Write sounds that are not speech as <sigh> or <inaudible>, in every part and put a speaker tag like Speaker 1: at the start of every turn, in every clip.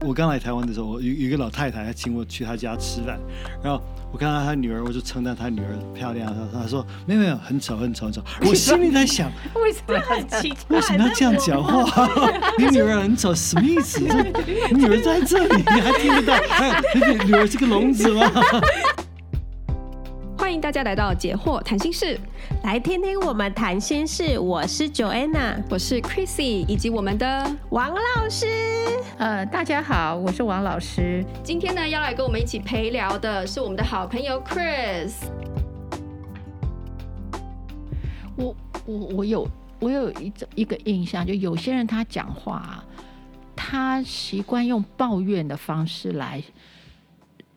Speaker 1: 我刚来台湾的时候，我有有一个老太太，她请我去她家吃饭，然后我看到她女儿，我就称赞她女儿漂亮，她她说没有没有，很丑很丑很丑。我心里在想，
Speaker 2: 为什么 <laughs> 很奇怪？
Speaker 1: 为什么要这样讲话？ <laughs> 你女儿很丑，什么意思？这女儿在这里，你还听得到？还有你女儿是个聋子吗？
Speaker 3: 欢迎大家来到解惑谈心室，
Speaker 2: 来听听我们谈心事。我是 Joanna，
Speaker 3: 我是 Chrissy，以及我们的
Speaker 2: 王老师。
Speaker 4: 呃，大家好，我是王老师。
Speaker 3: 今天呢要来跟我们一起陪聊的是我们的好朋友 Chris。
Speaker 4: 我我我有我有一一个印象，就有些人他讲话啊，他习惯用抱怨的方式来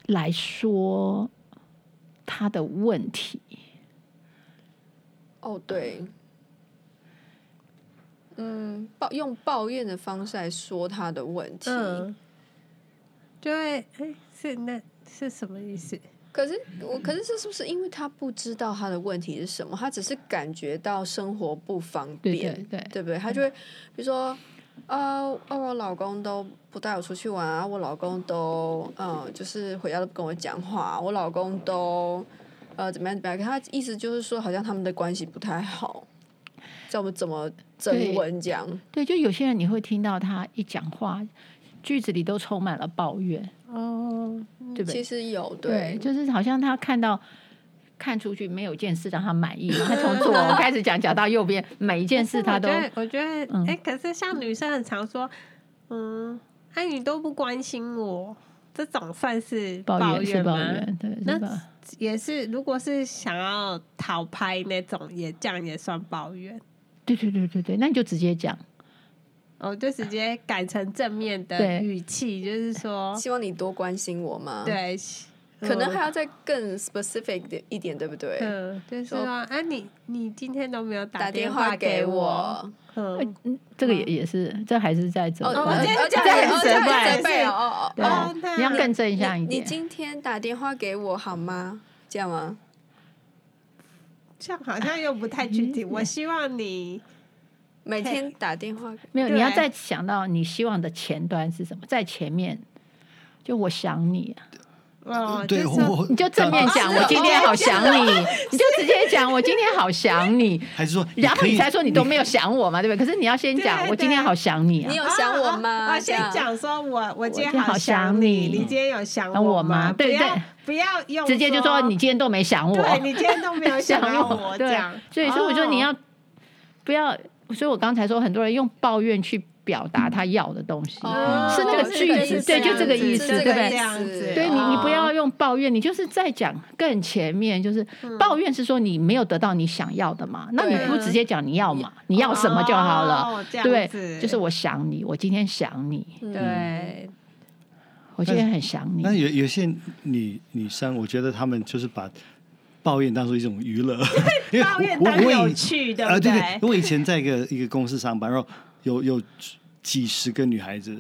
Speaker 4: 来说他的问题。
Speaker 5: 哦，对，嗯，抱用抱怨的方式来说他的问题，
Speaker 2: 嗯，对，哎，是那是什么意思？
Speaker 5: 可是我，可是这是不是因为他不知道他的问题是什么？他只是感觉到生活不方
Speaker 4: 对
Speaker 5: 便，
Speaker 4: 对对，
Speaker 5: 对不对？他就会，比如说，呃，呃，我老公都不带我出去玩啊，我老公都，嗯、就是回家都不跟我讲话，啊我老公都，呃，怎么样怎么样？可他意思就是说，好像他们的关系不太好，叫我们怎么
Speaker 4: 对
Speaker 5: 征文这样？
Speaker 4: 对，就有些人你会听到他一讲话，句子里都充满了抱怨，
Speaker 2: 哦，
Speaker 4: 对不对
Speaker 5: 其？实有
Speaker 4: 嗯对，
Speaker 5: 对，
Speaker 4: 就是好像他看到看出去没有一件事让他满意，他 <laughs> 从左开始讲讲到右边，每一件事他都
Speaker 2: 我觉得，我觉得，
Speaker 4: 嗯
Speaker 2: 哎、可是像女生很常说，嗯，哎、你都不关心我，这种算是
Speaker 4: 抱
Speaker 2: 怨
Speaker 4: 怨是抱
Speaker 2: 吗？
Speaker 4: 怨，对，
Speaker 2: 那
Speaker 4: 是吧？
Speaker 2: 也是，如果是想要讨拍那种，也这样也算抱怨。
Speaker 4: 对对对对对，那你就直接讲，
Speaker 2: 我哦就直接改成正面的
Speaker 4: 对
Speaker 2: 语气，就是说，
Speaker 5: 希望你多关心我嘛。，
Speaker 2: 对，
Speaker 5: 可能还
Speaker 2: 要
Speaker 5: 要再更 specific 的一点，对不对？
Speaker 2: 嗯，就是说，
Speaker 5: 说
Speaker 2: 啊，你你今天都没有打
Speaker 5: 打电
Speaker 2: 话
Speaker 5: 话给
Speaker 2: 我，
Speaker 5: 我，
Speaker 2: 嗯，
Speaker 4: 嗯，这个也也是，这还是在责
Speaker 5: 哦，
Speaker 2: 我
Speaker 5: 而
Speaker 4: 怪
Speaker 2: 今，天
Speaker 5: 且
Speaker 2: 这样也
Speaker 5: 而
Speaker 2: 责
Speaker 5: 且
Speaker 2: 怪
Speaker 5: 责备哦哦
Speaker 4: 对啊
Speaker 5: 哦哦，
Speaker 2: 哦
Speaker 4: 你要
Speaker 2: 那
Speaker 4: 更正向一
Speaker 5: 你
Speaker 4: 点。
Speaker 5: 今天打电话给我好吗？这样吗？
Speaker 2: 这样好像又不太具
Speaker 4: 嗯
Speaker 2: 体。我希望你
Speaker 5: 每天打电话给，
Speaker 4: 没有，
Speaker 2: 对啊
Speaker 4: 你要再想到你希望的前端是什么，在前面。就我想你啊，
Speaker 2: 哦，
Speaker 1: 嗯对，
Speaker 2: 就
Speaker 1: 我
Speaker 2: 是说
Speaker 1: 我
Speaker 4: 你就正面讲，
Speaker 5: 哦
Speaker 4: 我今天好想你，你就直接讲，我今天好想你，
Speaker 1: 还是说可以，
Speaker 4: 然后你才说你都没有想我嘛，对不对？可是你要先讲
Speaker 2: 对，
Speaker 4: 我今天
Speaker 2: 对
Speaker 4: 好想你啊
Speaker 5: 你，有想 <laughs> 我
Speaker 2: 哦哦
Speaker 5: 吗？
Speaker 2: 哦
Speaker 5: 这
Speaker 2: 先
Speaker 5: 样，
Speaker 2: 讲说我我今
Speaker 4: 今
Speaker 2: 天
Speaker 4: 天
Speaker 2: 好
Speaker 4: 好
Speaker 2: 想
Speaker 4: 想
Speaker 2: 你，
Speaker 4: 你
Speaker 2: 你今天有想
Speaker 4: 想我
Speaker 2: 吗？
Speaker 4: 吗对
Speaker 2: 不要
Speaker 4: 对
Speaker 2: 不要用
Speaker 4: 直接就说你今天都没想我， <laughs>
Speaker 2: 对你今天都没有想到我这
Speaker 4: 对
Speaker 2: 样，，
Speaker 4: 所以说我觉得你
Speaker 2: 哦
Speaker 4: 要不要？所以我刚才说很多人用抱怨去表达他要的东西，
Speaker 5: 哦
Speaker 4: 是那个
Speaker 5: 就是
Speaker 4: 句
Speaker 5: 这
Speaker 4: 子
Speaker 5: 样
Speaker 4: 对就这个意
Speaker 5: 是
Speaker 4: 思
Speaker 5: 这
Speaker 4: 对
Speaker 5: 个
Speaker 4: 不
Speaker 5: 意
Speaker 4: 对
Speaker 2: 这样
Speaker 5: 思
Speaker 2: 子
Speaker 4: 对你，你不
Speaker 5: 哦
Speaker 4: 要用抱怨，你就是在讲更前面，就是
Speaker 2: 嗯
Speaker 4: 抱怨是说你没有得到你想要的嘛，那你
Speaker 5: 对
Speaker 4: 不如直接讲你要嘛，你要什么就好了，
Speaker 2: 哦，这
Speaker 4: 对
Speaker 2: 样
Speaker 4: 不
Speaker 2: 子
Speaker 4: 对，就是我想你，我今天想你，
Speaker 5: 嗯
Speaker 2: 对，
Speaker 4: 我今天很想
Speaker 1: 那
Speaker 4: 你，
Speaker 1: 有有些女女生，我觉得她们就是把抱怨当做一种娱
Speaker 2: <laughs>
Speaker 1: 乐，因为
Speaker 2: 抱怨
Speaker 1: 我
Speaker 2: 当
Speaker 1: 我
Speaker 2: 有
Speaker 1: 以
Speaker 2: 趣，对
Speaker 1: 啊，
Speaker 2: 不
Speaker 1: 对对，？我以前在一个一个公司上班，然后有有几十个女孩子，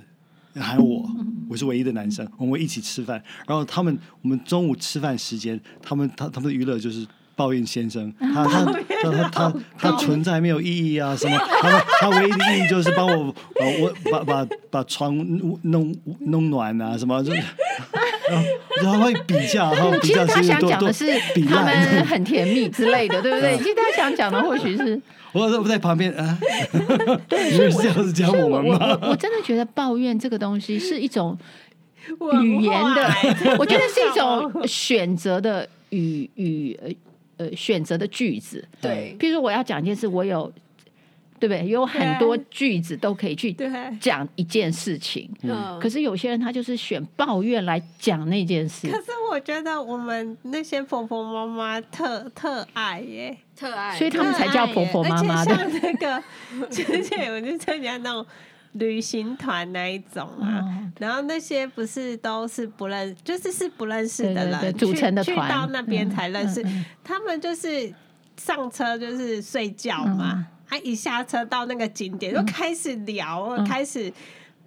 Speaker 1: 还有我，我是唯一的男生，我们一起吃饭，然后他们我们中午吃饭时间，他们他他们的娱乐就是。抱怨先
Speaker 2: <laughs>
Speaker 1: 生，他他他他他他存在没有意义啊！什么？他们他唯一的意义就是帮我把我把把把床弄弄暖啊！什么？就是然后然后他会比较，他会
Speaker 4: <laughs> 其
Speaker 1: 比较
Speaker 4: 实他
Speaker 1: 谁有
Speaker 4: 想
Speaker 1: 多
Speaker 4: 讲
Speaker 1: 多
Speaker 4: 的是
Speaker 1: 比
Speaker 4: 他们
Speaker 1: 烂。
Speaker 4: 很甜蜜之类的，对不对？
Speaker 1: <laughs> 嗯
Speaker 4: 其实他想讲的或许
Speaker 1: <laughs>
Speaker 4: 是。
Speaker 1: 我我在旁边啊， <laughs> 你们是这样子讲
Speaker 4: 所以
Speaker 1: 我
Speaker 4: 我
Speaker 1: 们
Speaker 4: 我
Speaker 1: 吗？
Speaker 4: 我我真的觉得抱怨这个东西是一种
Speaker 2: 文化
Speaker 4: 语言的
Speaker 2: 哎，
Speaker 4: 我觉得是一
Speaker 2: 哦
Speaker 4: 种选择的语语呃呃选择的句子。
Speaker 5: 对，
Speaker 4: 譬如说我要讲一件事，我有对不对？有很多句子都可以去
Speaker 2: 对，
Speaker 4: 讲一件事情，
Speaker 5: 嗯
Speaker 4: 可是有些人他就是选抱怨来讲那件事。
Speaker 2: 可是我觉得我们那些婆婆妈妈特特爱耶，
Speaker 5: 特爱，
Speaker 4: 所以他们才叫婆婆妈妈
Speaker 2: 的。
Speaker 4: 的
Speaker 2: 而且像那个 <laughs> 之前我就参加那种旅行团那一种啊，
Speaker 4: 哦
Speaker 2: 然后那些不是都是不认，就是是不认识的
Speaker 4: 对
Speaker 2: 人
Speaker 4: 对对组成的
Speaker 2: 去去
Speaker 4: 团
Speaker 2: 到那边才认识，
Speaker 4: 嗯嗯
Speaker 2: 他们就是上车就是睡觉
Speaker 4: 嗯
Speaker 2: 嘛，他、一下车到那个景点就开始聊，
Speaker 4: 嗯
Speaker 2: 开始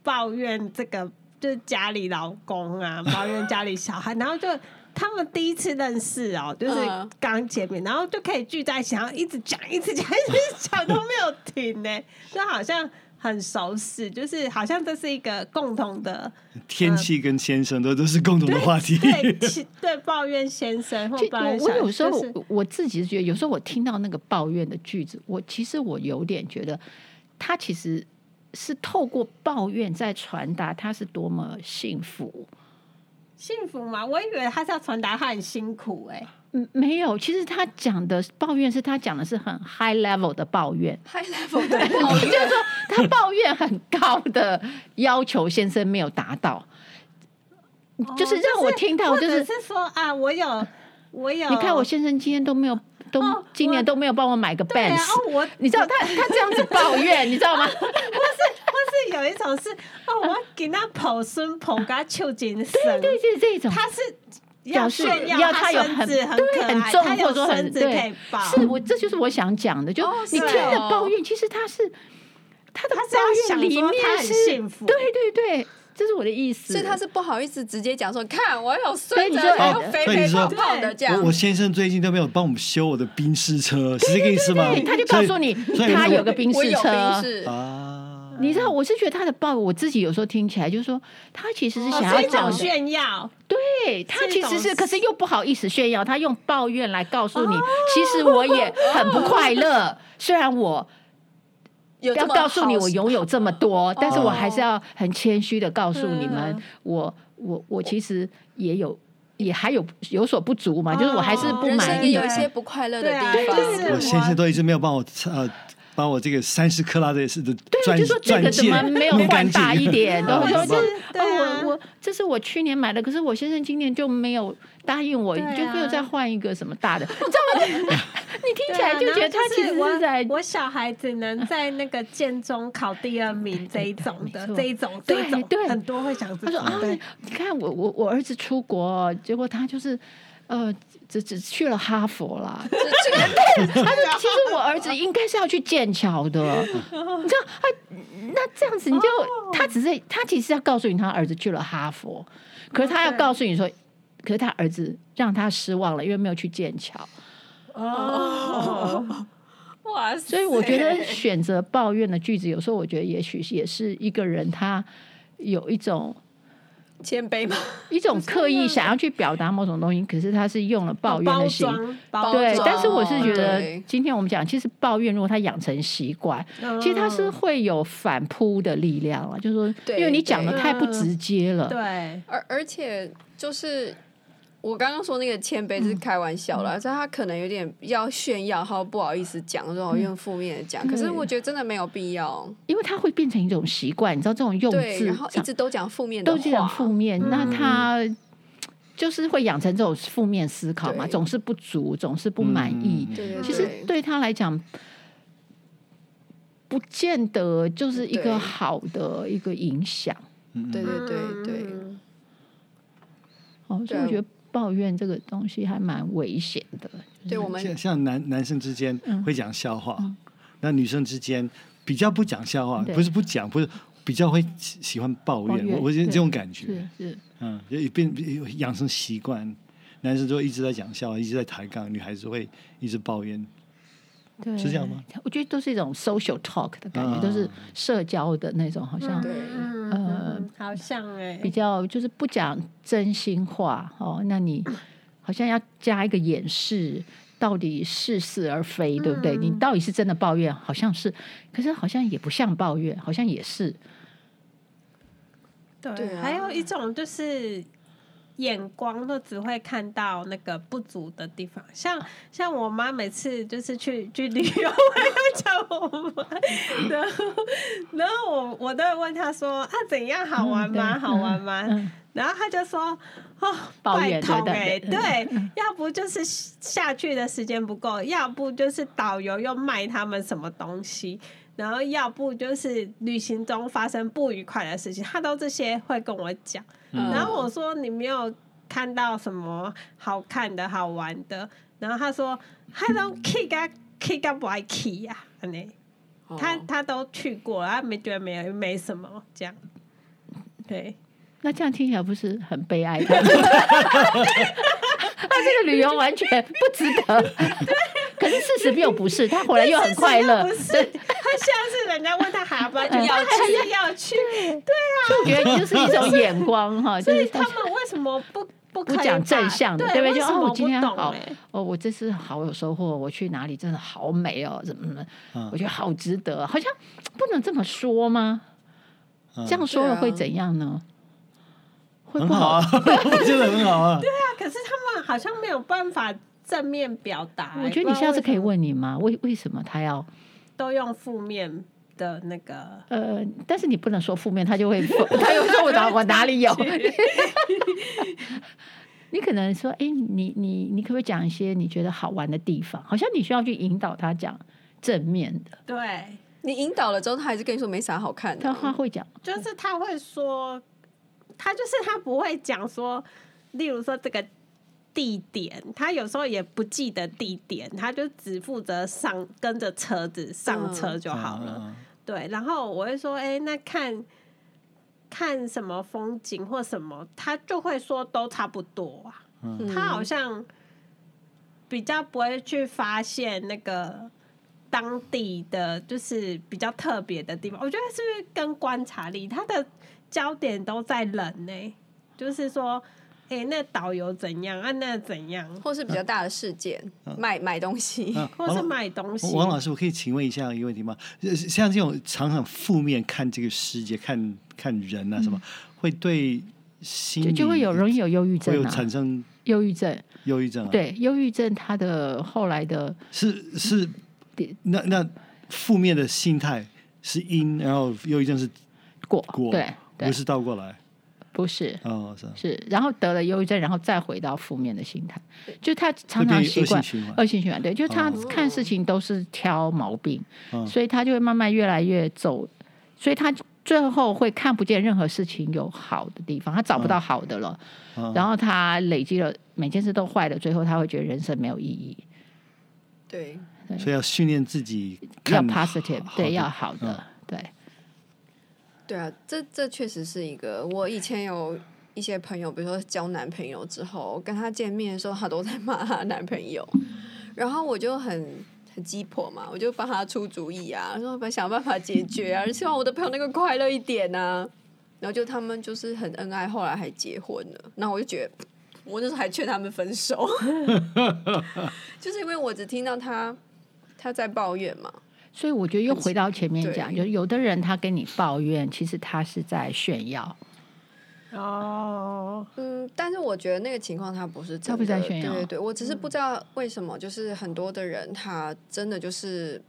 Speaker 2: 抱怨这个就是家里老公啊，抱怨家里小孩，然后就。他们第一次认识哦，就是
Speaker 5: 嗯
Speaker 2: 刚见面，然后
Speaker 4: <laughs>
Speaker 2: 就可以聚在一起，然后一直讲，一直讲，一直讲都没有停呢，就好像很熟识，就是好像这是一个共同的
Speaker 4: 嗯
Speaker 1: 天气跟先生都都是共同的话题。
Speaker 2: 对
Speaker 4: <laughs>
Speaker 2: 其对抱怨先生或
Speaker 4: 就
Speaker 2: 抱怨
Speaker 4: 我
Speaker 2: 小
Speaker 4: 我有时候、
Speaker 2: 就是
Speaker 4: 我我自己觉得，有时候我听到那个抱怨的句子，我其实我有点觉得，他其实是透过抱怨在传达他是多么幸福。
Speaker 2: 幸福嘛，我以为他是要传达他很辛苦哎、
Speaker 4: 嗯，没有，其实他讲的抱怨是他讲的是很 high level 的抱怨，
Speaker 5: high level
Speaker 4: <laughs>
Speaker 5: 的抱
Speaker 4: 就是
Speaker 5: 怨，
Speaker 4: 说他抱怨很高的要求先生没有达到，就是
Speaker 2: 哦
Speaker 4: 让我听到
Speaker 2: 或
Speaker 4: 就
Speaker 2: 者
Speaker 4: 是
Speaker 2: 是说啊，我有我有，
Speaker 4: 你看我先生今天都没有，都、
Speaker 2: 哦
Speaker 4: 今年
Speaker 2: 我
Speaker 4: 都没有帮我买个
Speaker 2: 对啊，
Speaker 4: Benz，、
Speaker 2: 哦我
Speaker 4: 你知道他他这样子抱怨，你知
Speaker 2: <laughs>
Speaker 4: 道吗？
Speaker 2: 或是有一种是哦，我给他抱孙抱给他求精神，
Speaker 4: 对对，就是这种。
Speaker 2: 他是要
Speaker 4: 表示
Speaker 2: 炫
Speaker 4: 要
Speaker 2: 耀
Speaker 4: 他有
Speaker 2: 孙
Speaker 4: 很
Speaker 2: 子很
Speaker 4: 对
Speaker 2: 可
Speaker 4: 很
Speaker 2: 爱
Speaker 4: 重
Speaker 2: 他
Speaker 4: 或者
Speaker 2: 有
Speaker 4: 说很
Speaker 2: 孙子
Speaker 4: 对
Speaker 2: 可以抱，
Speaker 4: 是我这就是我想讲的，就
Speaker 5: 哦
Speaker 4: 你
Speaker 5: 是
Speaker 4: 听了
Speaker 5: 哦
Speaker 4: 抱怨，其实他是他的
Speaker 2: 他是要
Speaker 4: 抱
Speaker 2: 想
Speaker 4: 怨里
Speaker 2: 说他
Speaker 4: 面
Speaker 2: 很
Speaker 4: 是，
Speaker 2: 幸福
Speaker 4: 对对对，这是我的意思。
Speaker 5: 所以他是不好意思直接讲说，看我有
Speaker 4: 所
Speaker 5: 孙
Speaker 4: 以你
Speaker 5: 子，
Speaker 4: 哎就
Speaker 5: 然后
Speaker 1: 哦
Speaker 5: 肥
Speaker 1: 所以
Speaker 5: 肥
Speaker 1: 你说
Speaker 5: 胖胖的这样
Speaker 1: 我，我先生最近都没有帮我们修我的宾士车，是这个意思吗？
Speaker 4: <laughs> 对，他就告诉你
Speaker 1: 所以所以
Speaker 4: 他
Speaker 1: 如果
Speaker 4: 有个宾
Speaker 5: 我
Speaker 4: 士
Speaker 5: 有
Speaker 4: 车
Speaker 5: 冰。室，
Speaker 1: 啊，
Speaker 4: 你知道，我是觉得他的抱怨，我自己有时候听起来就是说，他其实是
Speaker 2: 哦
Speaker 4: 想
Speaker 2: 是
Speaker 4: 要
Speaker 2: 一种
Speaker 4: 讲的，
Speaker 2: 炫耀，
Speaker 4: 对他
Speaker 2: 是一
Speaker 4: 其
Speaker 2: 种
Speaker 4: 实是，
Speaker 2: 是
Speaker 4: 可是又不好意思炫耀，他用抱怨来告诉你，
Speaker 2: 哦
Speaker 4: 其实我也很不快乐，虽然我
Speaker 5: 有这
Speaker 4: 要
Speaker 5: 么
Speaker 4: 告诉你
Speaker 5: 好
Speaker 4: 我拥有这么多，但是我还是要很谦虚的告诉你们，
Speaker 2: 嗯
Speaker 4: 我我我其实也有也还有有所不足嘛，
Speaker 2: 哦
Speaker 4: 就是我还是不
Speaker 5: 人
Speaker 4: 满
Speaker 5: 生
Speaker 4: 意
Speaker 5: 也
Speaker 4: 的。
Speaker 5: 有一些不快乐的
Speaker 2: 对啊
Speaker 5: 地方，
Speaker 2: 就是
Speaker 1: 我先生都一直没有帮我呃把我这个三十克拉的是的
Speaker 4: 对，
Speaker 1: 钻
Speaker 4: 就说这个
Speaker 1: 钻
Speaker 4: 怎
Speaker 1: 戒
Speaker 4: 么没有
Speaker 1: 弄
Speaker 4: 换
Speaker 1: 干
Speaker 4: 大
Speaker 1: 净
Speaker 4: 一
Speaker 1: <laughs>
Speaker 4: 点？都
Speaker 1: 哦
Speaker 4: 会说
Speaker 2: 或
Speaker 4: 就
Speaker 2: 者
Speaker 4: 是
Speaker 2: 是对
Speaker 4: 哦
Speaker 2: 啊，
Speaker 4: 我我这是我去年买的，可是我先生今年就没有答应我，
Speaker 2: 对
Speaker 4: 你就
Speaker 2: 啊
Speaker 4: 没有再换一个什么大的，你 <laughs> 知道吗？你听起来就
Speaker 2: 对啊
Speaker 4: 觉得
Speaker 2: 然后
Speaker 4: 他其实
Speaker 2: 我
Speaker 4: 是在
Speaker 2: 我小孩只能在那个建中考第二名这一种的
Speaker 4: 没错
Speaker 2: 这一种
Speaker 4: 对
Speaker 2: 这一种
Speaker 4: 对
Speaker 2: 很多会想
Speaker 4: 他
Speaker 2: 这种
Speaker 4: 说啊
Speaker 2: 嗯对，
Speaker 4: 你看我我我儿子出国哦，结果他就是呃，只只去了哈佛啦。 <laughs>
Speaker 2: 啊
Speaker 5: 这这个
Speaker 4: 他说其实我儿子应该是要去剑桥
Speaker 2: <laughs>
Speaker 4: 的，你知道他那这样子你就
Speaker 2: 哦
Speaker 4: 他只是他其实要告诉你他儿子去了哈佛，可是他要
Speaker 2: 哦对
Speaker 4: 告诉你说，可是他儿子让他失望了，因为没有去剑桥。
Speaker 2: 哦，
Speaker 5: 哇塞，
Speaker 4: 所以我觉得选择抱怨的句子，有时候我觉得也许也是一个人他有一种。
Speaker 5: 谦卑嘛，
Speaker 4: 一种刻意想要去表达某种东西，可是他是用了抱怨
Speaker 2: 包
Speaker 4: 的形
Speaker 2: 装包
Speaker 4: 对，
Speaker 5: 哦装
Speaker 4: 但是我是觉得
Speaker 5: 对，
Speaker 4: 今天我们讲，其实抱怨如果他养成习惯，
Speaker 2: 嗯
Speaker 4: 其实他是会有反扑的力量啊，就是说，
Speaker 5: 对嗯
Speaker 4: 因为你讲的
Speaker 2: 对
Speaker 4: 太不直接了，
Speaker 2: 对
Speaker 5: 而而且就是我刚刚说那个谦卑
Speaker 4: 嗯
Speaker 5: 是开玩笑啦，但他可能有点要炫耀，他不好意思讲，这
Speaker 4: 嗯
Speaker 5: 种用负面的讲，可是我觉得真的没有必要，
Speaker 4: 因为他会变成一种习惯，你知道这种用
Speaker 5: 对，
Speaker 4: 字
Speaker 5: 然后一
Speaker 4: 讲
Speaker 5: 直都嗯讲负面的
Speaker 4: 都这样
Speaker 5: 话，
Speaker 4: 负面，那他就是会养成这种负面思考嘛，
Speaker 5: 对
Speaker 4: 总是不足，总是不满意。
Speaker 1: 嗯
Speaker 5: 对对对，
Speaker 4: 其实对他来讲，不见得就是一
Speaker 5: 对
Speaker 4: 个好的一个影响。
Speaker 1: 嗯
Speaker 5: 对
Speaker 1: 嗯
Speaker 5: 对对对，
Speaker 2: 嗯
Speaker 4: 哦，所以
Speaker 5: 对
Speaker 4: 我觉得抱怨这个东西还蛮危险的。
Speaker 5: 对我们
Speaker 1: 像像男男生之间
Speaker 4: 嗯
Speaker 1: 会讲笑话，那女生之间比较不讲笑话，
Speaker 4: 对
Speaker 1: 不是不讲，不是比较会喜喜欢抱
Speaker 4: 抱
Speaker 1: 怨，
Speaker 4: 怨
Speaker 1: 我我觉得
Speaker 4: 对
Speaker 1: 这种感
Speaker 4: 是
Speaker 1: 觉，
Speaker 4: 是，
Speaker 1: 嗯，就也变养成习惯。男生就一直在讲笑话，一直在抬杠，女孩子会一直抱怨。
Speaker 4: 对，
Speaker 1: 是这样吗？
Speaker 4: 我觉得都是一种 social talk 的感觉，
Speaker 1: 啊
Speaker 4: 都是社交的那种，好像
Speaker 5: 对
Speaker 2: 嗯
Speaker 4: 呃
Speaker 2: 嗯好像哎
Speaker 4: 比较就是不讲真心话哦。那你好像要加一个掩饰，到底是是而非，对不对？
Speaker 5: 嗯
Speaker 4: 你到底是真的抱怨，好像是，可是好像也不像抱怨，好像也是。
Speaker 5: 对啊
Speaker 2: 还有一种就是眼光都只会看到那个不足的地方，像像我妈每次就是去去旅游，我要叫我妈， <laughs> 然后然后我我都会问她说啊怎样好玩吗？
Speaker 4: 嗯对
Speaker 2: 好玩吗？
Speaker 4: 嗯
Speaker 2: 然后她就说哦，
Speaker 4: 抱
Speaker 2: 拜
Speaker 4: 怨
Speaker 2: 托
Speaker 4: 对
Speaker 2: 哎、
Speaker 4: 对对 <laughs>
Speaker 2: 对，要不就是下去的时间不够，要不就是导游又卖他们什么东西，然后要不就是旅行中发生不愉快的事情，他都这些会跟我讲。
Speaker 5: 嗯
Speaker 2: 然后我说你没有看到什么好看的好玩的，然后他说他都 k 个 k 个不爱 k 呀，安尼
Speaker 5: 哦
Speaker 2: 啊他他都去过，他没觉得没有没什么这样。对，
Speaker 4: 那这样听起来不是很
Speaker 2: <laughs>
Speaker 4: 悲哀？他他这个旅游完全不值得。可是事实并不是，他回来又很快乐
Speaker 2: 不。是，他下次人家问他还 <laughs> 要不要去，
Speaker 4: 嗯
Speaker 2: 他还是要去。
Speaker 4: 我觉得就是一种眼光哈，就
Speaker 2: <laughs> 所
Speaker 4: 是
Speaker 2: 以他们为什么不不可以
Speaker 4: 不讲正向的
Speaker 2: 把
Speaker 4: 对
Speaker 2: 对
Speaker 4: 不对
Speaker 2: 为
Speaker 4: 就
Speaker 2: 什
Speaker 4: 哦
Speaker 2: 么
Speaker 4: 我今天
Speaker 2: 不懂
Speaker 4: 好
Speaker 2: 欸
Speaker 4: 哦，我这次好有收获，我去哪里真的好美哦，怎么怎么，
Speaker 1: 嗯
Speaker 4: 我觉得好值得，好像不能这么说吗？这样说了
Speaker 2: 啊
Speaker 4: 会怎样呢？
Speaker 1: 嗯
Speaker 4: 会
Speaker 1: 很
Speaker 4: 不
Speaker 1: 好啊，
Speaker 4: 好 <laughs>
Speaker 1: 我觉得很好啊。
Speaker 2: 那可是他们好像没有办法正面表达欸。
Speaker 4: 我觉得你下次可以
Speaker 2: 不知道为什么
Speaker 4: 问你妈，为为什么她要
Speaker 2: 都用负面的那个，
Speaker 4: 呃，但是你不能说负面，她就会
Speaker 1: <laughs>
Speaker 4: 她又说我哪我哪里有。 <laughs> 你可能说，哎、你你你可不可以讲一些你觉得好玩的地方？好像你需要去引导她讲正面的，
Speaker 2: 对，
Speaker 5: 你引导了之后，他还是跟你说没啥好看的
Speaker 4: 她。她会讲
Speaker 2: 就是他会说，他就是他不会讲说，例如说这个地点，他有时候也不记得地点，他就只负责上跟着车子上车就好了。
Speaker 1: 嗯，嗯
Speaker 2: 对，然后我会说，哎、那看看什么风景或什么，他就会说都差不多啊。
Speaker 1: 嗯
Speaker 2: 他好像比较不会去发现那个当地的，就是比较特别的地方。我觉得是不是跟观察力，他的焦点都在人呢、就是说。哎、那导游怎样啊？那怎样？
Speaker 5: 或是比较大的事件，
Speaker 2: 嗯
Speaker 5: 买买东西，
Speaker 1: 嗯
Speaker 2: 或是买东西？
Speaker 1: 王老师，我可以请问一下一个问题吗？呃像这种常常负面看这个世界、看看人啊什么，会对心
Speaker 4: 就
Speaker 1: 理
Speaker 4: 嗯就会有容易有忧郁
Speaker 1: 嗯会
Speaker 4: 症
Speaker 1: 有
Speaker 4: 啊
Speaker 1: 产，生
Speaker 4: 忧郁症。
Speaker 1: 忧郁症啊？，
Speaker 4: 对，忧郁症它的后来的
Speaker 1: 是是
Speaker 4: 对，
Speaker 1: 那那负面的心态是因，然后忧郁症是
Speaker 4: 果，
Speaker 1: 果，
Speaker 4: 对对，
Speaker 1: 不是倒过来
Speaker 4: 不是
Speaker 1: 哦，是啊
Speaker 4: 是，然后得了忧郁症，然后再回到负面的心态，就他常
Speaker 1: 会变
Speaker 4: 常
Speaker 1: 恶
Speaker 4: 习
Speaker 1: 性
Speaker 4: 惯
Speaker 1: 循环
Speaker 4: 恶性循环，对，就是他
Speaker 1: 哦
Speaker 4: 看事情都是挑毛病，
Speaker 1: 嗯
Speaker 4: 所以他就会慢慢越来越走，所以他最后会看不见任何事情有好的地方，他找不到好的了，
Speaker 1: 嗯
Speaker 4: 然后他累积了每件事都坏了，最后他会觉得人生没有意义，
Speaker 5: 对，
Speaker 1: 所以要训练自己
Speaker 4: 要
Speaker 1: 看
Speaker 4: positive，
Speaker 1: 好
Speaker 4: 对，
Speaker 1: 的嗯
Speaker 4: 要好的，对。
Speaker 5: 对啊，这这确实是一个。我以前有一些朋友，比如说交男朋友之后，跟她见面的时候，她都在骂她男朋友，然后我就很很鸡婆嘛，我就帮她出主意啊，说把想办法解决啊，希望我的朋友能够快乐一点啊。然后就他们就是很恩爱，后来还结婚了。那我就觉得，我那时候还劝他们分手， <laughs> 就是因为我只听到她她在抱怨嘛，
Speaker 4: 所以我觉得又回到前面讲，
Speaker 5: 对
Speaker 4: 就是有的人他跟你抱怨，其实他是在炫耀，
Speaker 2: 哦，
Speaker 5: 嗯，但是我觉得那个情况他不是真的，
Speaker 4: 不是在炫耀
Speaker 5: 对对对，我只是不知道为什么，就是很多的人他真的就是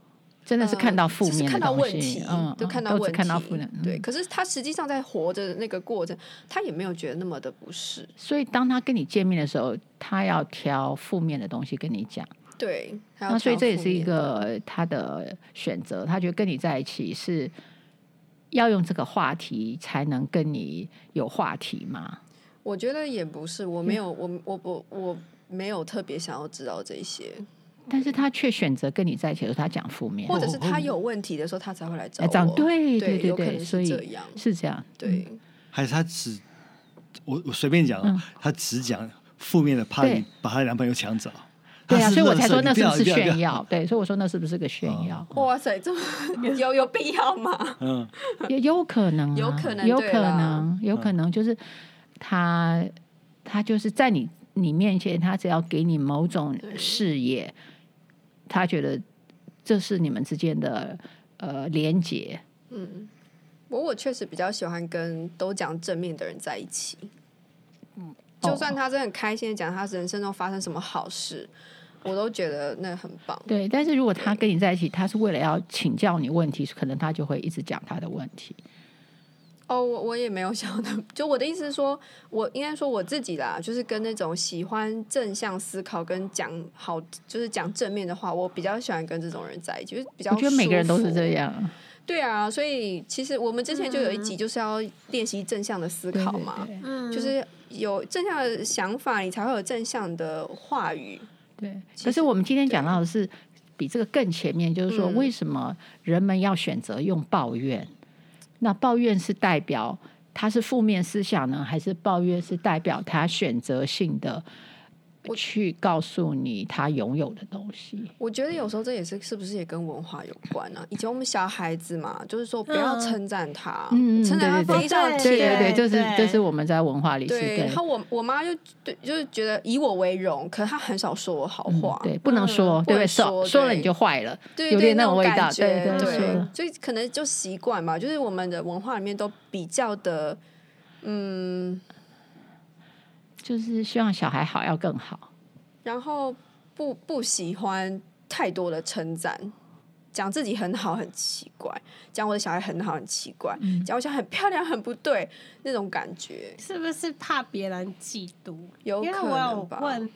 Speaker 4: 真的是看到负面
Speaker 5: 呃就是
Speaker 4: 的
Speaker 5: 看到
Speaker 4: 东
Speaker 5: 问
Speaker 4: 西
Speaker 5: 题，，
Speaker 4: 嗯，
Speaker 5: 就
Speaker 4: 嗯
Speaker 5: 看到
Speaker 4: 都只
Speaker 5: 问题，
Speaker 4: 看到负面，嗯
Speaker 5: 对，。可是他实际上在活着的那个过程，他也没有觉得那么的不适，
Speaker 4: 所以当他跟你见面的时候，他要挑负面的东西跟你讲，
Speaker 5: 对。他要
Speaker 4: 那所以
Speaker 5: 挑
Speaker 4: 这也
Speaker 5: 负
Speaker 4: 是一
Speaker 5: 面
Speaker 4: 个他的选择，他觉得跟你在一起是要用这个话题才能跟你有话题嘛。
Speaker 5: 我觉得也不是，
Speaker 4: 嗯
Speaker 5: 我没有，我我我我没有特别想要知道这些，
Speaker 4: 但是他却选择跟你在一起的时候，他讲负面，
Speaker 5: 或者是他有问题的时候，他才会来找
Speaker 4: 哎这样
Speaker 5: 我，
Speaker 4: 哦对
Speaker 5: 对
Speaker 4: 对
Speaker 5: 有可
Speaker 4: 对，
Speaker 5: 能
Speaker 4: 所
Speaker 5: 是
Speaker 4: 以
Speaker 5: 这样，
Speaker 4: 是这样，嗯
Speaker 5: 对。
Speaker 1: 还是她只我我随便讲啊，她只讲负面的，怕
Speaker 4: 对
Speaker 1: 你把她的男朋友抢走。
Speaker 4: 对啊，
Speaker 1: 她
Speaker 4: 所以我才
Speaker 1: 热色
Speaker 4: 说
Speaker 1: 你
Speaker 4: 那是
Speaker 1: 要
Speaker 4: 不是
Speaker 1: 要要
Speaker 4: 炫耀？对，所以我说那是不是个炫耀？
Speaker 5: 哇塞，这么 <laughs> 有有必要吗？
Speaker 1: 嗯，
Speaker 4: <laughs> 也有可能、啊，
Speaker 5: 有可能
Speaker 4: 有
Speaker 5: 对
Speaker 4: 可
Speaker 5: 啦
Speaker 4: 能，有可能就是他，他就是在你你面前，他只要给你某种视野，他觉得这是你们之间的呃连结。
Speaker 5: 我我确实比较喜欢跟都讲正面的人在一起。
Speaker 4: 嗯
Speaker 5: 就
Speaker 4: 哦
Speaker 5: 算他真的很开心的讲他人生中发生什么好事，我都觉得那很棒。
Speaker 4: 对，但是如果他跟你在一起，他是为了要请教你问题，可能他就会一直讲他的问题。
Speaker 5: 哦，我我也没有想到，就我的意思是说，我应该说我自己啦，就是跟那种喜欢正向思考跟讲好，就是讲正面的话，我比较喜欢跟这种人在一起，就是比较。
Speaker 4: 我觉得每个人都是这。样，
Speaker 5: 对啊，所以其实我们之前就有一集就是要练习正向的思
Speaker 4: 对
Speaker 5: 考
Speaker 4: 嗯对
Speaker 5: 嘛。
Speaker 4: 对
Speaker 2: 嗯，
Speaker 5: 就是有正向的想法，你才会有正向的话语。
Speaker 4: 对，
Speaker 5: 其
Speaker 4: 可是
Speaker 5: 实
Speaker 4: 我们今天讲到的是比这个更前面，就是说
Speaker 5: 嗯
Speaker 4: 为什么人们要选择用抱怨？那抱怨是代表它是负面思想呢，还是抱怨是代表他选择性的去告诉你他拥有的东西。
Speaker 5: 我觉得有时候这也是是不是也跟文化有关啊？以前我们小孩子嘛，就是说不要
Speaker 2: 嗯
Speaker 5: 称赞他，
Speaker 4: 嗯
Speaker 5: 称赞他
Speaker 4: 对
Speaker 5: 非常
Speaker 4: 对对对，
Speaker 2: 对
Speaker 4: 这是
Speaker 2: 对
Speaker 4: 这是我们在文化里是
Speaker 5: 对，
Speaker 4: 对
Speaker 5: 他我我妈就对就是觉得以我为荣，可是她很少说我好
Speaker 4: 嗯
Speaker 5: 话，
Speaker 4: 对，不能
Speaker 2: 嗯
Speaker 4: 说，对
Speaker 5: 不
Speaker 4: 对？
Speaker 5: 能
Speaker 4: 说
Speaker 5: 说
Speaker 4: 说了
Speaker 5: 对
Speaker 4: 你就坏了，
Speaker 5: 对
Speaker 4: 有
Speaker 5: 对
Speaker 4: 点那种味
Speaker 5: 感
Speaker 4: 道
Speaker 5: 觉
Speaker 4: 对对
Speaker 5: 对
Speaker 4: 是的
Speaker 5: 所以可能就习惯吧，就是我们的文化里面都比较的，嗯，
Speaker 4: 就是希望小孩好要更好。
Speaker 5: <laughs> 然后不不喜欢太多的称赞，讲自己很好很奇怪，讲我的小孩很好很奇怪，
Speaker 2: 嗯
Speaker 5: 讲我小孩很漂亮很不对那种感觉，
Speaker 2: 是不是怕别人嫉妒？
Speaker 5: 有
Speaker 2: 因为
Speaker 5: 可
Speaker 2: 我
Speaker 5: 能
Speaker 2: 有
Speaker 5: 吧。
Speaker 2: 问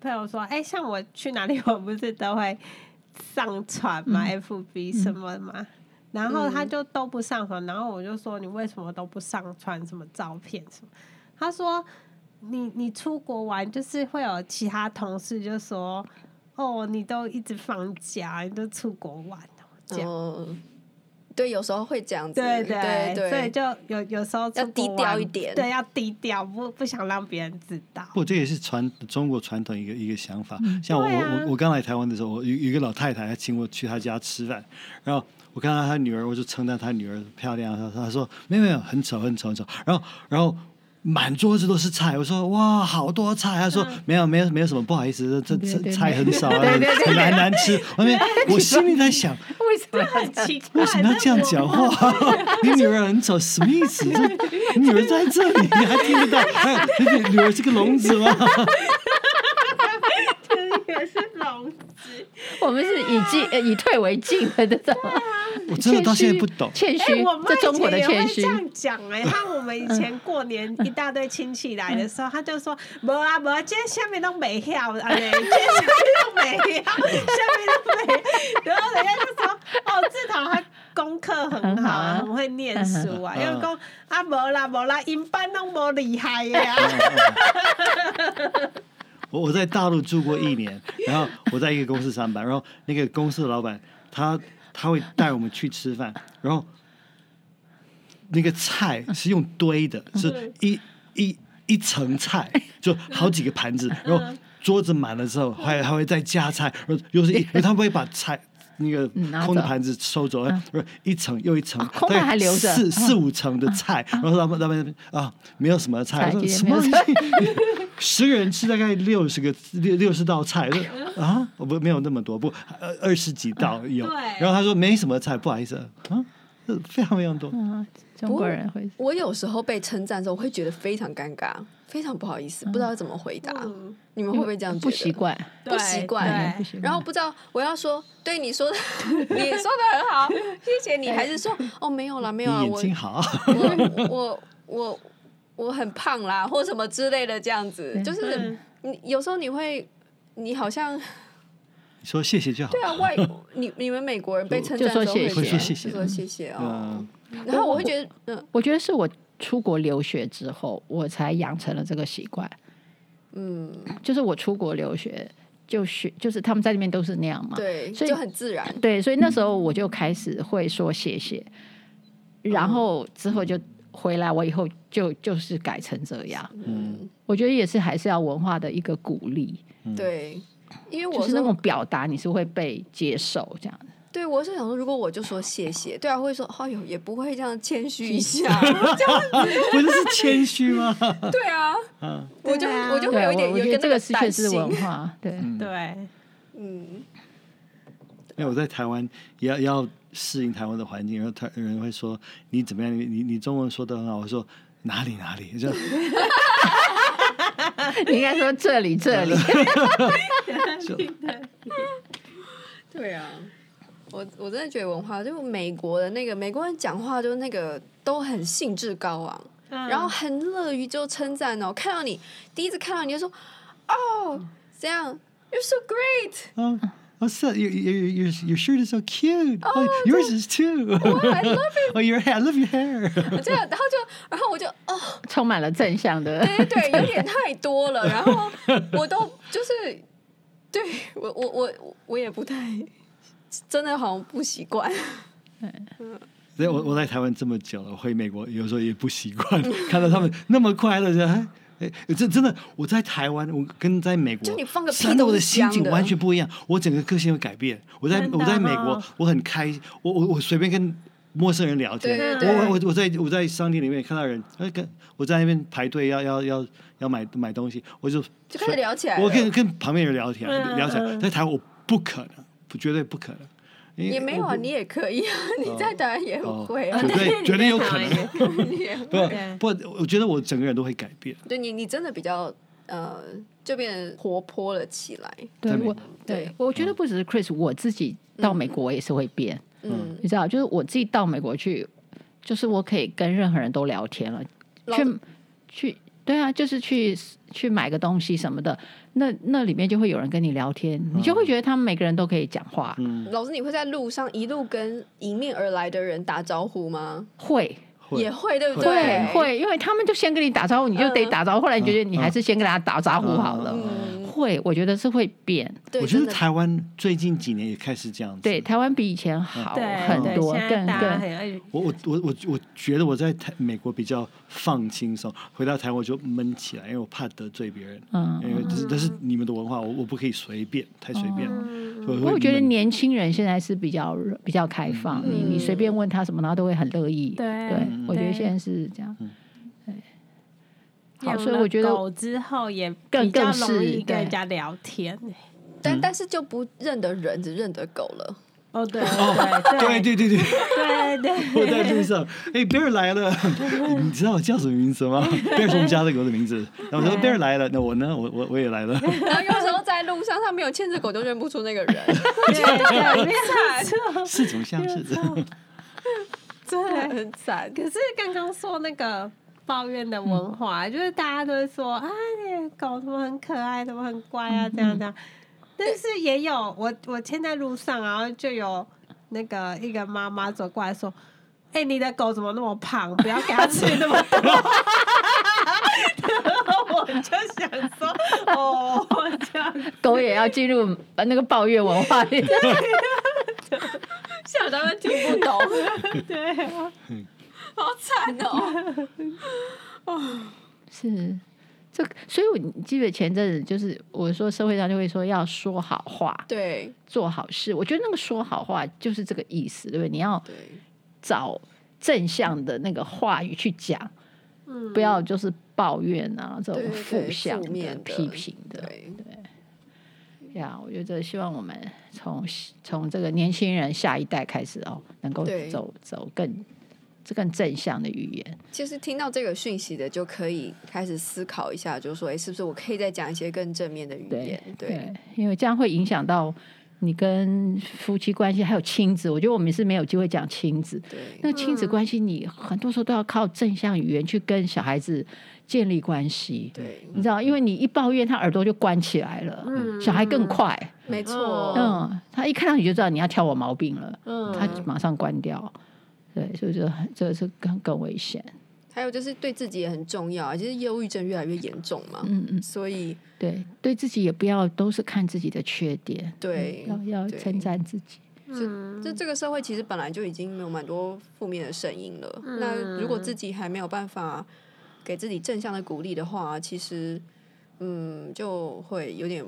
Speaker 2: 朋友说，哎、像我去哪里，我 <laughs> 不是都会上传嘛、f
Speaker 5: 嗯
Speaker 2: b 什么嘛。然后他就都不上传，然后我就说你为什么都不上传什么照片什么？他说你你出国玩就是会有其他同事就说哦你都一直放假，你都出国玩哦这样。
Speaker 5: 嗯，对，有时候会这样子，
Speaker 2: 对
Speaker 5: 对
Speaker 2: 对，所以就有有时候出
Speaker 5: 要低
Speaker 2: 国
Speaker 5: 调
Speaker 2: 玩
Speaker 5: 一点
Speaker 2: 对，要低调，不不想让别人知道。
Speaker 1: 不，这也是传中国传统一个一个想法。
Speaker 4: 嗯
Speaker 1: 像我、
Speaker 2: 对啊
Speaker 1: 我我刚来台湾的时候，我有有一个老太太，她请我去她家吃饭，然后我看到她女儿，我就称赞她女儿漂亮，她她说没有没有，很丑很丑很丑，然后然后。满桌子都是菜，我说哇，好多菜。她说、没有，没有，没有什么，不好意思，这
Speaker 4: 嗯对
Speaker 1: 这
Speaker 4: 对
Speaker 1: 这菜
Speaker 4: 对
Speaker 1: 很少啊，
Speaker 4: <laughs> 对对对
Speaker 1: 很难难
Speaker 4: <laughs>
Speaker 1: 吃。我没，我心里在想，
Speaker 4: 为什么
Speaker 2: 很奇怪，
Speaker 1: 为什么要这样
Speaker 2: <laughs>
Speaker 1: 讲话？ <laughs> 你女儿很丑，什么意
Speaker 4: <laughs>
Speaker 1: 思？这女儿在这里，你还听得到？ <laughs> 还有你女儿是个聋子吗？
Speaker 2: <laughs> 也是
Speaker 4: <laughs>
Speaker 2: 聋子。
Speaker 4: <laughs> 我们是以进呃以退为进的这种？
Speaker 1: 我真的到现在不懂。
Speaker 4: 谦
Speaker 2: 哎、
Speaker 4: 虚
Speaker 2: 我，妈
Speaker 4: 这中
Speaker 2: 以
Speaker 4: 国
Speaker 2: 前
Speaker 4: 的
Speaker 2: 也
Speaker 4: 谦
Speaker 2: 会
Speaker 4: 虚
Speaker 2: 这。样讲
Speaker 4: <laughs>
Speaker 2: 哎、她我们以前过年一大堆亲戚来的
Speaker 4: 嗯
Speaker 2: 时候，她就说：“无啊无啊，今天下面都没跳，啊嘞，今天下面都没跳，下面都没。”然后人家就说：“哦，志彤他功课很好啊，很会念书啊。”
Speaker 1: 嗯
Speaker 2: 又讲：“啊无啦无啦，因班都无厉害呀、啊。
Speaker 4: <laughs>
Speaker 1: 我我在大陆住过一年，然后我在一个公司上班，然后那个公司的老板他他会带我们去吃饭，然后那个菜是用堆的，
Speaker 4: 嗯
Speaker 1: 是一一一层菜，就好几个盘子，
Speaker 4: 嗯
Speaker 1: 然后桌子满了之后还还会再加菜，然后又是
Speaker 4: <laughs>
Speaker 1: 一，因为他不会把菜。那个
Speaker 4: 嗯拿走嗯
Speaker 1: 空的盘子收走，不是一层又一层
Speaker 4: 啊，空的
Speaker 1: 大概
Speaker 4: 还留着
Speaker 1: 四
Speaker 4: 嗯
Speaker 1: 四五层的菜，然后他们他们啊，没有什么菜，我
Speaker 4: 菜
Speaker 1: 说
Speaker 4: 也
Speaker 1: 什
Speaker 4: 没有
Speaker 1: 么 <laughs> 十个人吃大概六十个六六十道菜，说啊，不没有那么多，不呃二十几道有。
Speaker 2: 对
Speaker 1: 然后他说没什么菜，不好意思啊，呃非常非常多。
Speaker 4: 嗯，中
Speaker 5: 不
Speaker 4: 国
Speaker 5: 过
Speaker 4: 人会
Speaker 5: 我有时候被称赞的时候，我会觉得非常尴尬，非常不好意思，不知道怎么回答。
Speaker 2: 嗯
Speaker 5: 你们会不会这样觉得？
Speaker 4: 不习，惯，
Speaker 5: 不习惯
Speaker 4: 对不习惯
Speaker 5: 然后不知道我要说对你说的， <laughs> 你说的很好，谢谢
Speaker 2: <laughs> 哎
Speaker 5: 你，还是说哦没有啦，没
Speaker 1: 你
Speaker 5: 有啦，
Speaker 1: 眼
Speaker 5: 我
Speaker 1: 睛好， <laughs>
Speaker 5: 我我我我很胖啦，或什么之类的，这样子，就是
Speaker 2: 嗯
Speaker 5: 你有时候你会，你好像
Speaker 1: 你说谢谢就好。
Speaker 5: 对啊，外你你们美国人被称
Speaker 4: 就
Speaker 5: 赞的时候会
Speaker 4: 说谢
Speaker 1: 谢
Speaker 5: 觉
Speaker 1: 会
Speaker 5: 得
Speaker 1: 说谢谢
Speaker 5: 就说谢谢哦
Speaker 1: 嗯。，
Speaker 5: 然后我会觉得，嗯
Speaker 4: 我觉得是我出国留学之后，我才养成了这个习惯。
Speaker 5: 嗯，
Speaker 4: 就是我出国留学，就学就是他们在那边都是那样嘛。
Speaker 5: 对，
Speaker 4: 所以
Speaker 5: 就很自然。
Speaker 4: 对，所以那时候我就开始会说谢谢，然后之后就回来，我以后就就是改成这样。
Speaker 5: 嗯，
Speaker 4: 我觉得也是还是要文化的一个鼓励，
Speaker 5: 对，因为
Speaker 4: 嗯就
Speaker 5: 我
Speaker 4: 是
Speaker 5: 是
Speaker 4: 那种表达你是会被接受这样。
Speaker 5: 对我是想说，如果我就说谢谢，对啊，会说哎呦，也不会这样谦虚一下，
Speaker 4: <laughs>
Speaker 5: 这样
Speaker 1: 不是是谦虚吗？ <laughs>
Speaker 5: 对啊，
Speaker 1: 嗯，
Speaker 5: 我就
Speaker 2: 对啊
Speaker 5: 我就会
Speaker 4: 对，
Speaker 5: 有一
Speaker 4: 我
Speaker 5: 点
Speaker 4: 我
Speaker 5: 有
Speaker 4: 觉
Speaker 5: 一
Speaker 4: 得
Speaker 5: 个
Speaker 4: 这
Speaker 5: 那
Speaker 4: 个是确
Speaker 5: 担
Speaker 4: 实是文
Speaker 5: 心，
Speaker 4: 化，对，
Speaker 2: 嗯对，
Speaker 5: 嗯，
Speaker 1: 因为我在台湾也要要适应台湾的环境，然后台有人会说你怎么样？你你你中文说的很好，我说哪里哪里，
Speaker 5: <laughs>
Speaker 1: 就
Speaker 4: <laughs> 你应该说这里这里，
Speaker 5: 对啊，我我真的觉得文化就美国的那个美国人讲话就那个都很兴致高昂，
Speaker 2: 嗯
Speaker 5: 然后很乐于就称赞哦，看到你第一次看到你就说哦，这样 you're so great，
Speaker 1: 嗯。Oh, so your your your your shirt is so cute. Oh, yours is too.
Speaker 5: I love
Speaker 1: <laughs>
Speaker 5: it，
Speaker 1: Oh, your hair. I love your hair.
Speaker 5: 我这样，然后就然后我就哦。
Speaker 4: 充满了正向的。
Speaker 5: 对对对，有点太多了。然后我都就是，对我我我我也不太，真的好像不习惯。
Speaker 1: 所
Speaker 5: 嗯
Speaker 1: <laughs> 以我我在台湾这么久了，回美国有时候也不习惯，看到他们那么快乐，就哎哎，这真的，我在台湾，我跟在美国，
Speaker 5: 就你放个屁
Speaker 1: 真的我
Speaker 5: 都
Speaker 1: 的
Speaker 5: 是
Speaker 1: 心境
Speaker 5: 香的
Speaker 1: 完全不一样，我整个个性会改变。我在
Speaker 2: 真的
Speaker 1: 我在美国
Speaker 2: 哦，
Speaker 1: 我很开，我我我随便跟陌生人聊天，
Speaker 5: 对
Speaker 2: 对
Speaker 1: 我我我在我在商店里面看到人，哎，跟我在那边排队要要要要买买东西，我就
Speaker 5: 就开始聊起来了。
Speaker 1: 我跟跟旁边人聊天
Speaker 2: 嗯
Speaker 1: 聊起来，
Speaker 2: 嗯
Speaker 1: 在台湾我不可能，不绝对不可能，因为
Speaker 5: 也没有
Speaker 1: 我
Speaker 5: 啊，你也可以啊，你在台湾也
Speaker 1: 哦
Speaker 5: 会啊
Speaker 1: 绝，对绝对有可能，
Speaker 5: 你也
Speaker 1: 不啊不，我觉得我整个人都会改变。
Speaker 5: 对你你真的比较呃，就变得活泼了起来。
Speaker 4: 对
Speaker 1: 在美
Speaker 4: 我
Speaker 1: 国，
Speaker 5: 对
Speaker 4: 对我觉得不只是 Chris，我自己到美国也是会变，
Speaker 5: 嗯，
Speaker 4: 你知道，就是我自己到美国去，就是我可以跟任何人都聊天了，
Speaker 5: 老
Speaker 4: 去去。对啊，就是去去买个东西什么的，那那里面就会有人跟你聊天，你就会觉得他们每个人都可以讲话，
Speaker 1: 嗯，
Speaker 5: 老师，你会在路上一路跟迎面而来的人打招呼吗？
Speaker 4: 会
Speaker 1: 会
Speaker 5: 也会，对不
Speaker 4: 会
Speaker 5: 对？，
Speaker 4: 会，因为他们就先跟你打招呼，你就得
Speaker 2: 嗯
Speaker 4: 打招呼，后来你觉得你还是先跟他打招呼好了。
Speaker 5: 嗯，
Speaker 4: 会，我觉得是会变。
Speaker 5: 对，
Speaker 1: 我觉得
Speaker 5: 真的
Speaker 1: 台湾最近几年也开始这样子。
Speaker 4: 对，台湾比以前好
Speaker 2: 对
Speaker 4: 很
Speaker 2: 对，
Speaker 4: 多，
Speaker 2: 现在
Speaker 4: 更
Speaker 2: 大家
Speaker 4: 更
Speaker 2: 很爱
Speaker 1: 我我我我我觉得我在台美国比较放轻松，回到台湾我就闷起来，因为我怕得罪别人，因为
Speaker 4: 嗯。
Speaker 1: 这是这是你们的文化，我我不可以随便太随便了。所以会
Speaker 4: 不过我觉得
Speaker 1: 闷
Speaker 4: 年轻人现在是比较比较开放，你你随便问他什么，他都会很乐意。
Speaker 2: 嗯对
Speaker 4: 对
Speaker 2: 嗯，
Speaker 4: 我觉得
Speaker 2: 对
Speaker 4: 现在是这样。好
Speaker 2: 养
Speaker 4: 所以
Speaker 2: 了
Speaker 4: 我觉得
Speaker 2: 狗之后也
Speaker 4: 更
Speaker 2: 比较
Speaker 4: 更
Speaker 2: 容
Speaker 4: 是
Speaker 2: 易跟
Speaker 4: 对
Speaker 2: 人家聊天。
Speaker 1: 嗯
Speaker 5: 但但是就不认得人，只认得狗了。 <laughs>
Speaker 2: 哦，对
Speaker 1: 对
Speaker 2: 对对
Speaker 1: 对对对， <laughs>
Speaker 2: 对
Speaker 1: 我
Speaker 2: 对，
Speaker 1: 在路上，哎，贝尔来了， <laughs> 你知道我叫什么名字吗？贝尔是我们家的狗的名字。然后我说贝尔来了，那我呢？我我我也来了。
Speaker 5: 然后有时候在路上，他没有牵着狗就认不出那个人，
Speaker 2: <laughs> 对
Speaker 5: 很惨，
Speaker 1: 是怎么像是？
Speaker 2: 对对。
Speaker 5: 很惨。
Speaker 2: 可是刚刚说那个抱怨的文化，
Speaker 5: 嗯
Speaker 2: 就是大家都会说啊，你的狗怎么很可爱，怎么很乖
Speaker 5: 嗯
Speaker 2: 啊，这样这样。但是也有我，我牵在路上，然后就有那个一个妈妈走过来说：“哎、你的狗怎么那么胖？不要给它吃那么
Speaker 5: <laughs>
Speaker 2: 多。”然后我就想说，哦，这样
Speaker 4: 狗也要进入呃那个抱怨文化
Speaker 2: <laughs>
Speaker 4: 里。
Speaker 5: <laughs> 吓得他们听不 <laughs> 懂，
Speaker 2: 对啊，
Speaker 1: 嗯
Speaker 5: 好惨哦。 <laughs>
Speaker 4: 是，这个所以我你记得前阵子就是我说社会上就会说要说好话，
Speaker 5: 对
Speaker 4: 做好事。我觉得那个说好话就是这个意思，对不对？你要
Speaker 5: 对，
Speaker 4: 找正向的那个话语去讲，不要就是抱怨啊这
Speaker 5: 对
Speaker 4: 种
Speaker 5: 嗯对
Speaker 4: 负向
Speaker 5: 负面的
Speaker 4: 批评的。
Speaker 5: 对，
Speaker 4: 呀，我觉得希望我们从从这个年轻人下一代开始哦，能够
Speaker 5: 对
Speaker 4: 走走更这更正向的语言。
Speaker 5: 其实听到这个讯息的，就可以开始思考一下，就说，哎，是不是我可以再讲一些更正面的语
Speaker 4: 对
Speaker 5: 言？对，
Speaker 4: 因为这样会影响到。你跟夫妻关系还有亲子，我觉得我们是没有机会讲亲子，
Speaker 5: 对，
Speaker 4: 那亲子关系，你很多时候都要靠正向语言去跟小孩子建立关系。
Speaker 5: 对，
Speaker 4: 你知道，因为你一抱怨，他耳朵就关起来了，
Speaker 5: 嗯
Speaker 4: 小孩更快。
Speaker 5: 没错，
Speaker 4: 嗯，他一看到你就知道你要挑我毛病了，
Speaker 2: 嗯
Speaker 4: 他就马上关掉。对，所以这很这是更更危险。
Speaker 5: 还有就是对自己也很重要啊，其实忧郁症越来越严重嘛，
Speaker 4: 嗯嗯，
Speaker 5: 所以
Speaker 4: 对，对自己也不要都是看自己的缺点，
Speaker 5: 对，
Speaker 4: 要要
Speaker 5: 对
Speaker 4: 称赞自己。
Speaker 5: 就这个社会其实本来就已经有蛮多负面的声音了。那如果自己还没有办法给自己正向的鼓励的话，其实嗯就会有点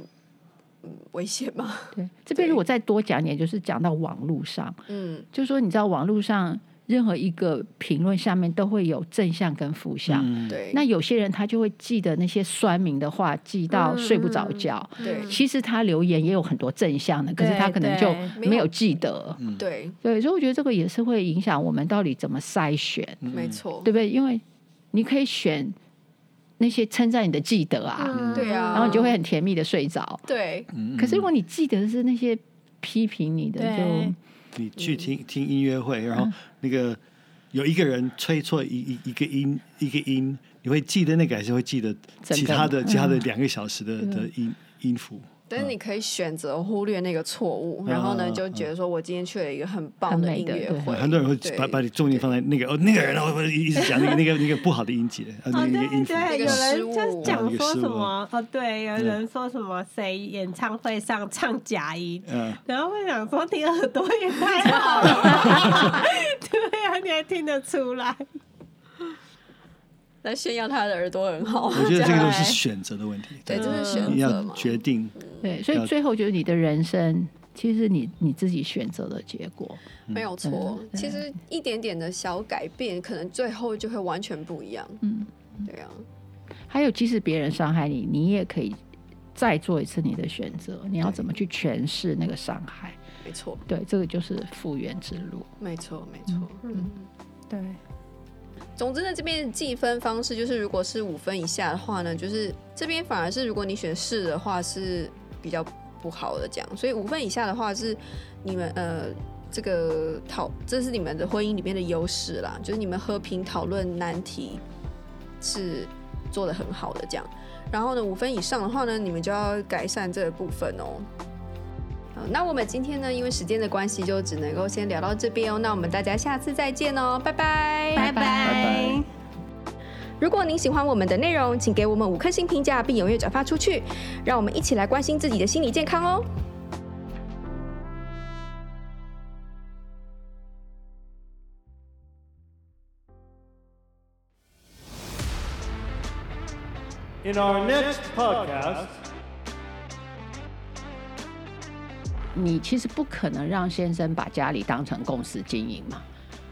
Speaker 5: 嗯危险吧。
Speaker 4: 对，这边
Speaker 5: 对
Speaker 4: 如果再多讲一点，就是讲到网络上，
Speaker 5: 嗯，
Speaker 4: 就说你知道网络上任何一个评论下面都会有正向跟负向。
Speaker 1: 嗯，
Speaker 5: 对，
Speaker 4: 那有些人他就会记得那些酸民的话，记到睡不着觉。
Speaker 5: 对
Speaker 4: 其实他留言也有很多正向的，可是他可能就
Speaker 2: 对
Speaker 5: 嗯对
Speaker 4: 没有记得。
Speaker 1: 嗯
Speaker 5: 对，
Speaker 4: 对，所以我觉得这个也是会影响我们到底怎么筛选，
Speaker 1: 嗯
Speaker 5: 没错，
Speaker 4: 对不对？因为你可以选那些称赞你的记得啊，
Speaker 2: 嗯
Speaker 5: 对啊，
Speaker 4: 然后你就会很甜蜜的睡着。
Speaker 5: 对
Speaker 1: 嗯
Speaker 4: 可是如果你记得是那些批评你的，
Speaker 2: 对
Speaker 4: 就
Speaker 1: 嗯你去听听音乐会，然后那个有一个人吹错一一一个音一个音，你会记得那个，还是会记得
Speaker 4: 整个
Speaker 1: 其他的其他的两个小时的的音音符？
Speaker 5: 但是你可以选择忽略那个错误，然后呢，
Speaker 1: 嗯
Speaker 5: 就觉得说我今天去了一个很棒
Speaker 4: 很
Speaker 5: 的
Speaker 4: 美
Speaker 5: 音
Speaker 4: 的
Speaker 5: 乐
Speaker 4: 对
Speaker 5: 会，
Speaker 1: 很多人会把把你重点放在那个哦，那个人哦，我一直讲那个那个那个不好的音节，呃，
Speaker 2: 哦，
Speaker 1: 那个那个音
Speaker 2: 对
Speaker 1: 符。
Speaker 2: 对，有
Speaker 5: 失
Speaker 2: 人
Speaker 5: 误
Speaker 2: 就讲说什么哦，对，有
Speaker 1: 嗯
Speaker 2: 人说什么谁演唱会上唱假音，
Speaker 1: 嗯，
Speaker 2: 然后会想说你耳朵也
Speaker 4: <laughs>
Speaker 2: 太好 <laughs> 了吧，对啊，你还听得出来，
Speaker 5: 在炫耀他的耳朵很好。
Speaker 1: 我觉得这个都
Speaker 5: 样
Speaker 1: 是选择的问题，
Speaker 5: 对，这是
Speaker 1: 你
Speaker 5: 选择
Speaker 1: 要
Speaker 5: 嘛。
Speaker 1: 决定。
Speaker 4: 对，所以
Speaker 1: 要
Speaker 4: 最后就是你的人生，其实你你自己选择的结果。
Speaker 5: 没有错
Speaker 4: 嗯，
Speaker 5: 其实一点点的小改变，可能最后就会完全不一样。
Speaker 4: 嗯，
Speaker 5: 对啊，
Speaker 4: 还有即使别人伤害你，你也可以再做一次你的选择，你要怎么去诠释那个伤害？
Speaker 5: 没错，
Speaker 4: 对，这个就是复原之路。
Speaker 5: 没错，没错。
Speaker 2: 嗯，对，
Speaker 5: 总之呢，这边的计分方式就是，如果是五分以下的话呢，就是这边反而是如果你选是的话是比较不好的讲，所以五分以下的话是你们呃这个讨，这是你们的婚姻里面的优势啦，就是你们和平讨论难题是做的很好的这样。然后呢，五分以上的话呢，你们就要改善这个部分哦。好那我们今天呢，因为时间的关系，就只能够先聊到这边哦。那我们大家下次再见哦，拜拜，
Speaker 4: 拜拜
Speaker 2: 拜。
Speaker 5: 如果您喜欢我们的内容，请给我们五颗星评价，并踊跃转发出去，让我们一起来关心自己的心理健康哦。
Speaker 6: In our next podcast,
Speaker 4: 你其实不可能让先生把家里当成公司经营嘛，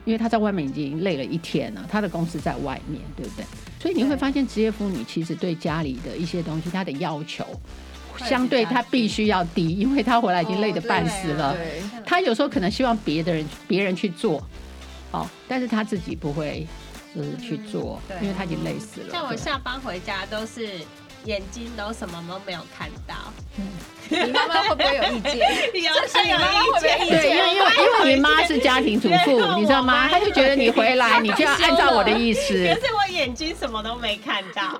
Speaker 4: 因为他在外面已经累了一天了，他的公司在外面，对不对？所以你会发现，职业妇女其实对家里的一些东西，她的要求相对她必须要低，因为她回来已经累得半死了。
Speaker 5: 对，
Speaker 4: 她有时候可能希望别的人别人去做，哦，但是她自己不会就是去做，
Speaker 2: 对
Speaker 4: 因为她已经累死了。
Speaker 2: 像我
Speaker 4: 对
Speaker 2: 下班回家都是眼睛都什么都没有看到，
Speaker 5: 你妈妈会不会有意见？
Speaker 2: 有
Speaker 5: 这
Speaker 2: 是
Speaker 5: 你妈
Speaker 2: 有
Speaker 5: 妈会
Speaker 2: 意
Speaker 5: 不会
Speaker 2: 见，
Speaker 4: 对，因为因为因为你妈是家庭主妇
Speaker 2: <laughs> 对，我
Speaker 4: 你知道
Speaker 2: 妈
Speaker 4: 吗？
Speaker 2: <laughs>
Speaker 4: 她就觉得你回来，你就要按照我的意思。
Speaker 2: 可是我眼睛什么都没看到。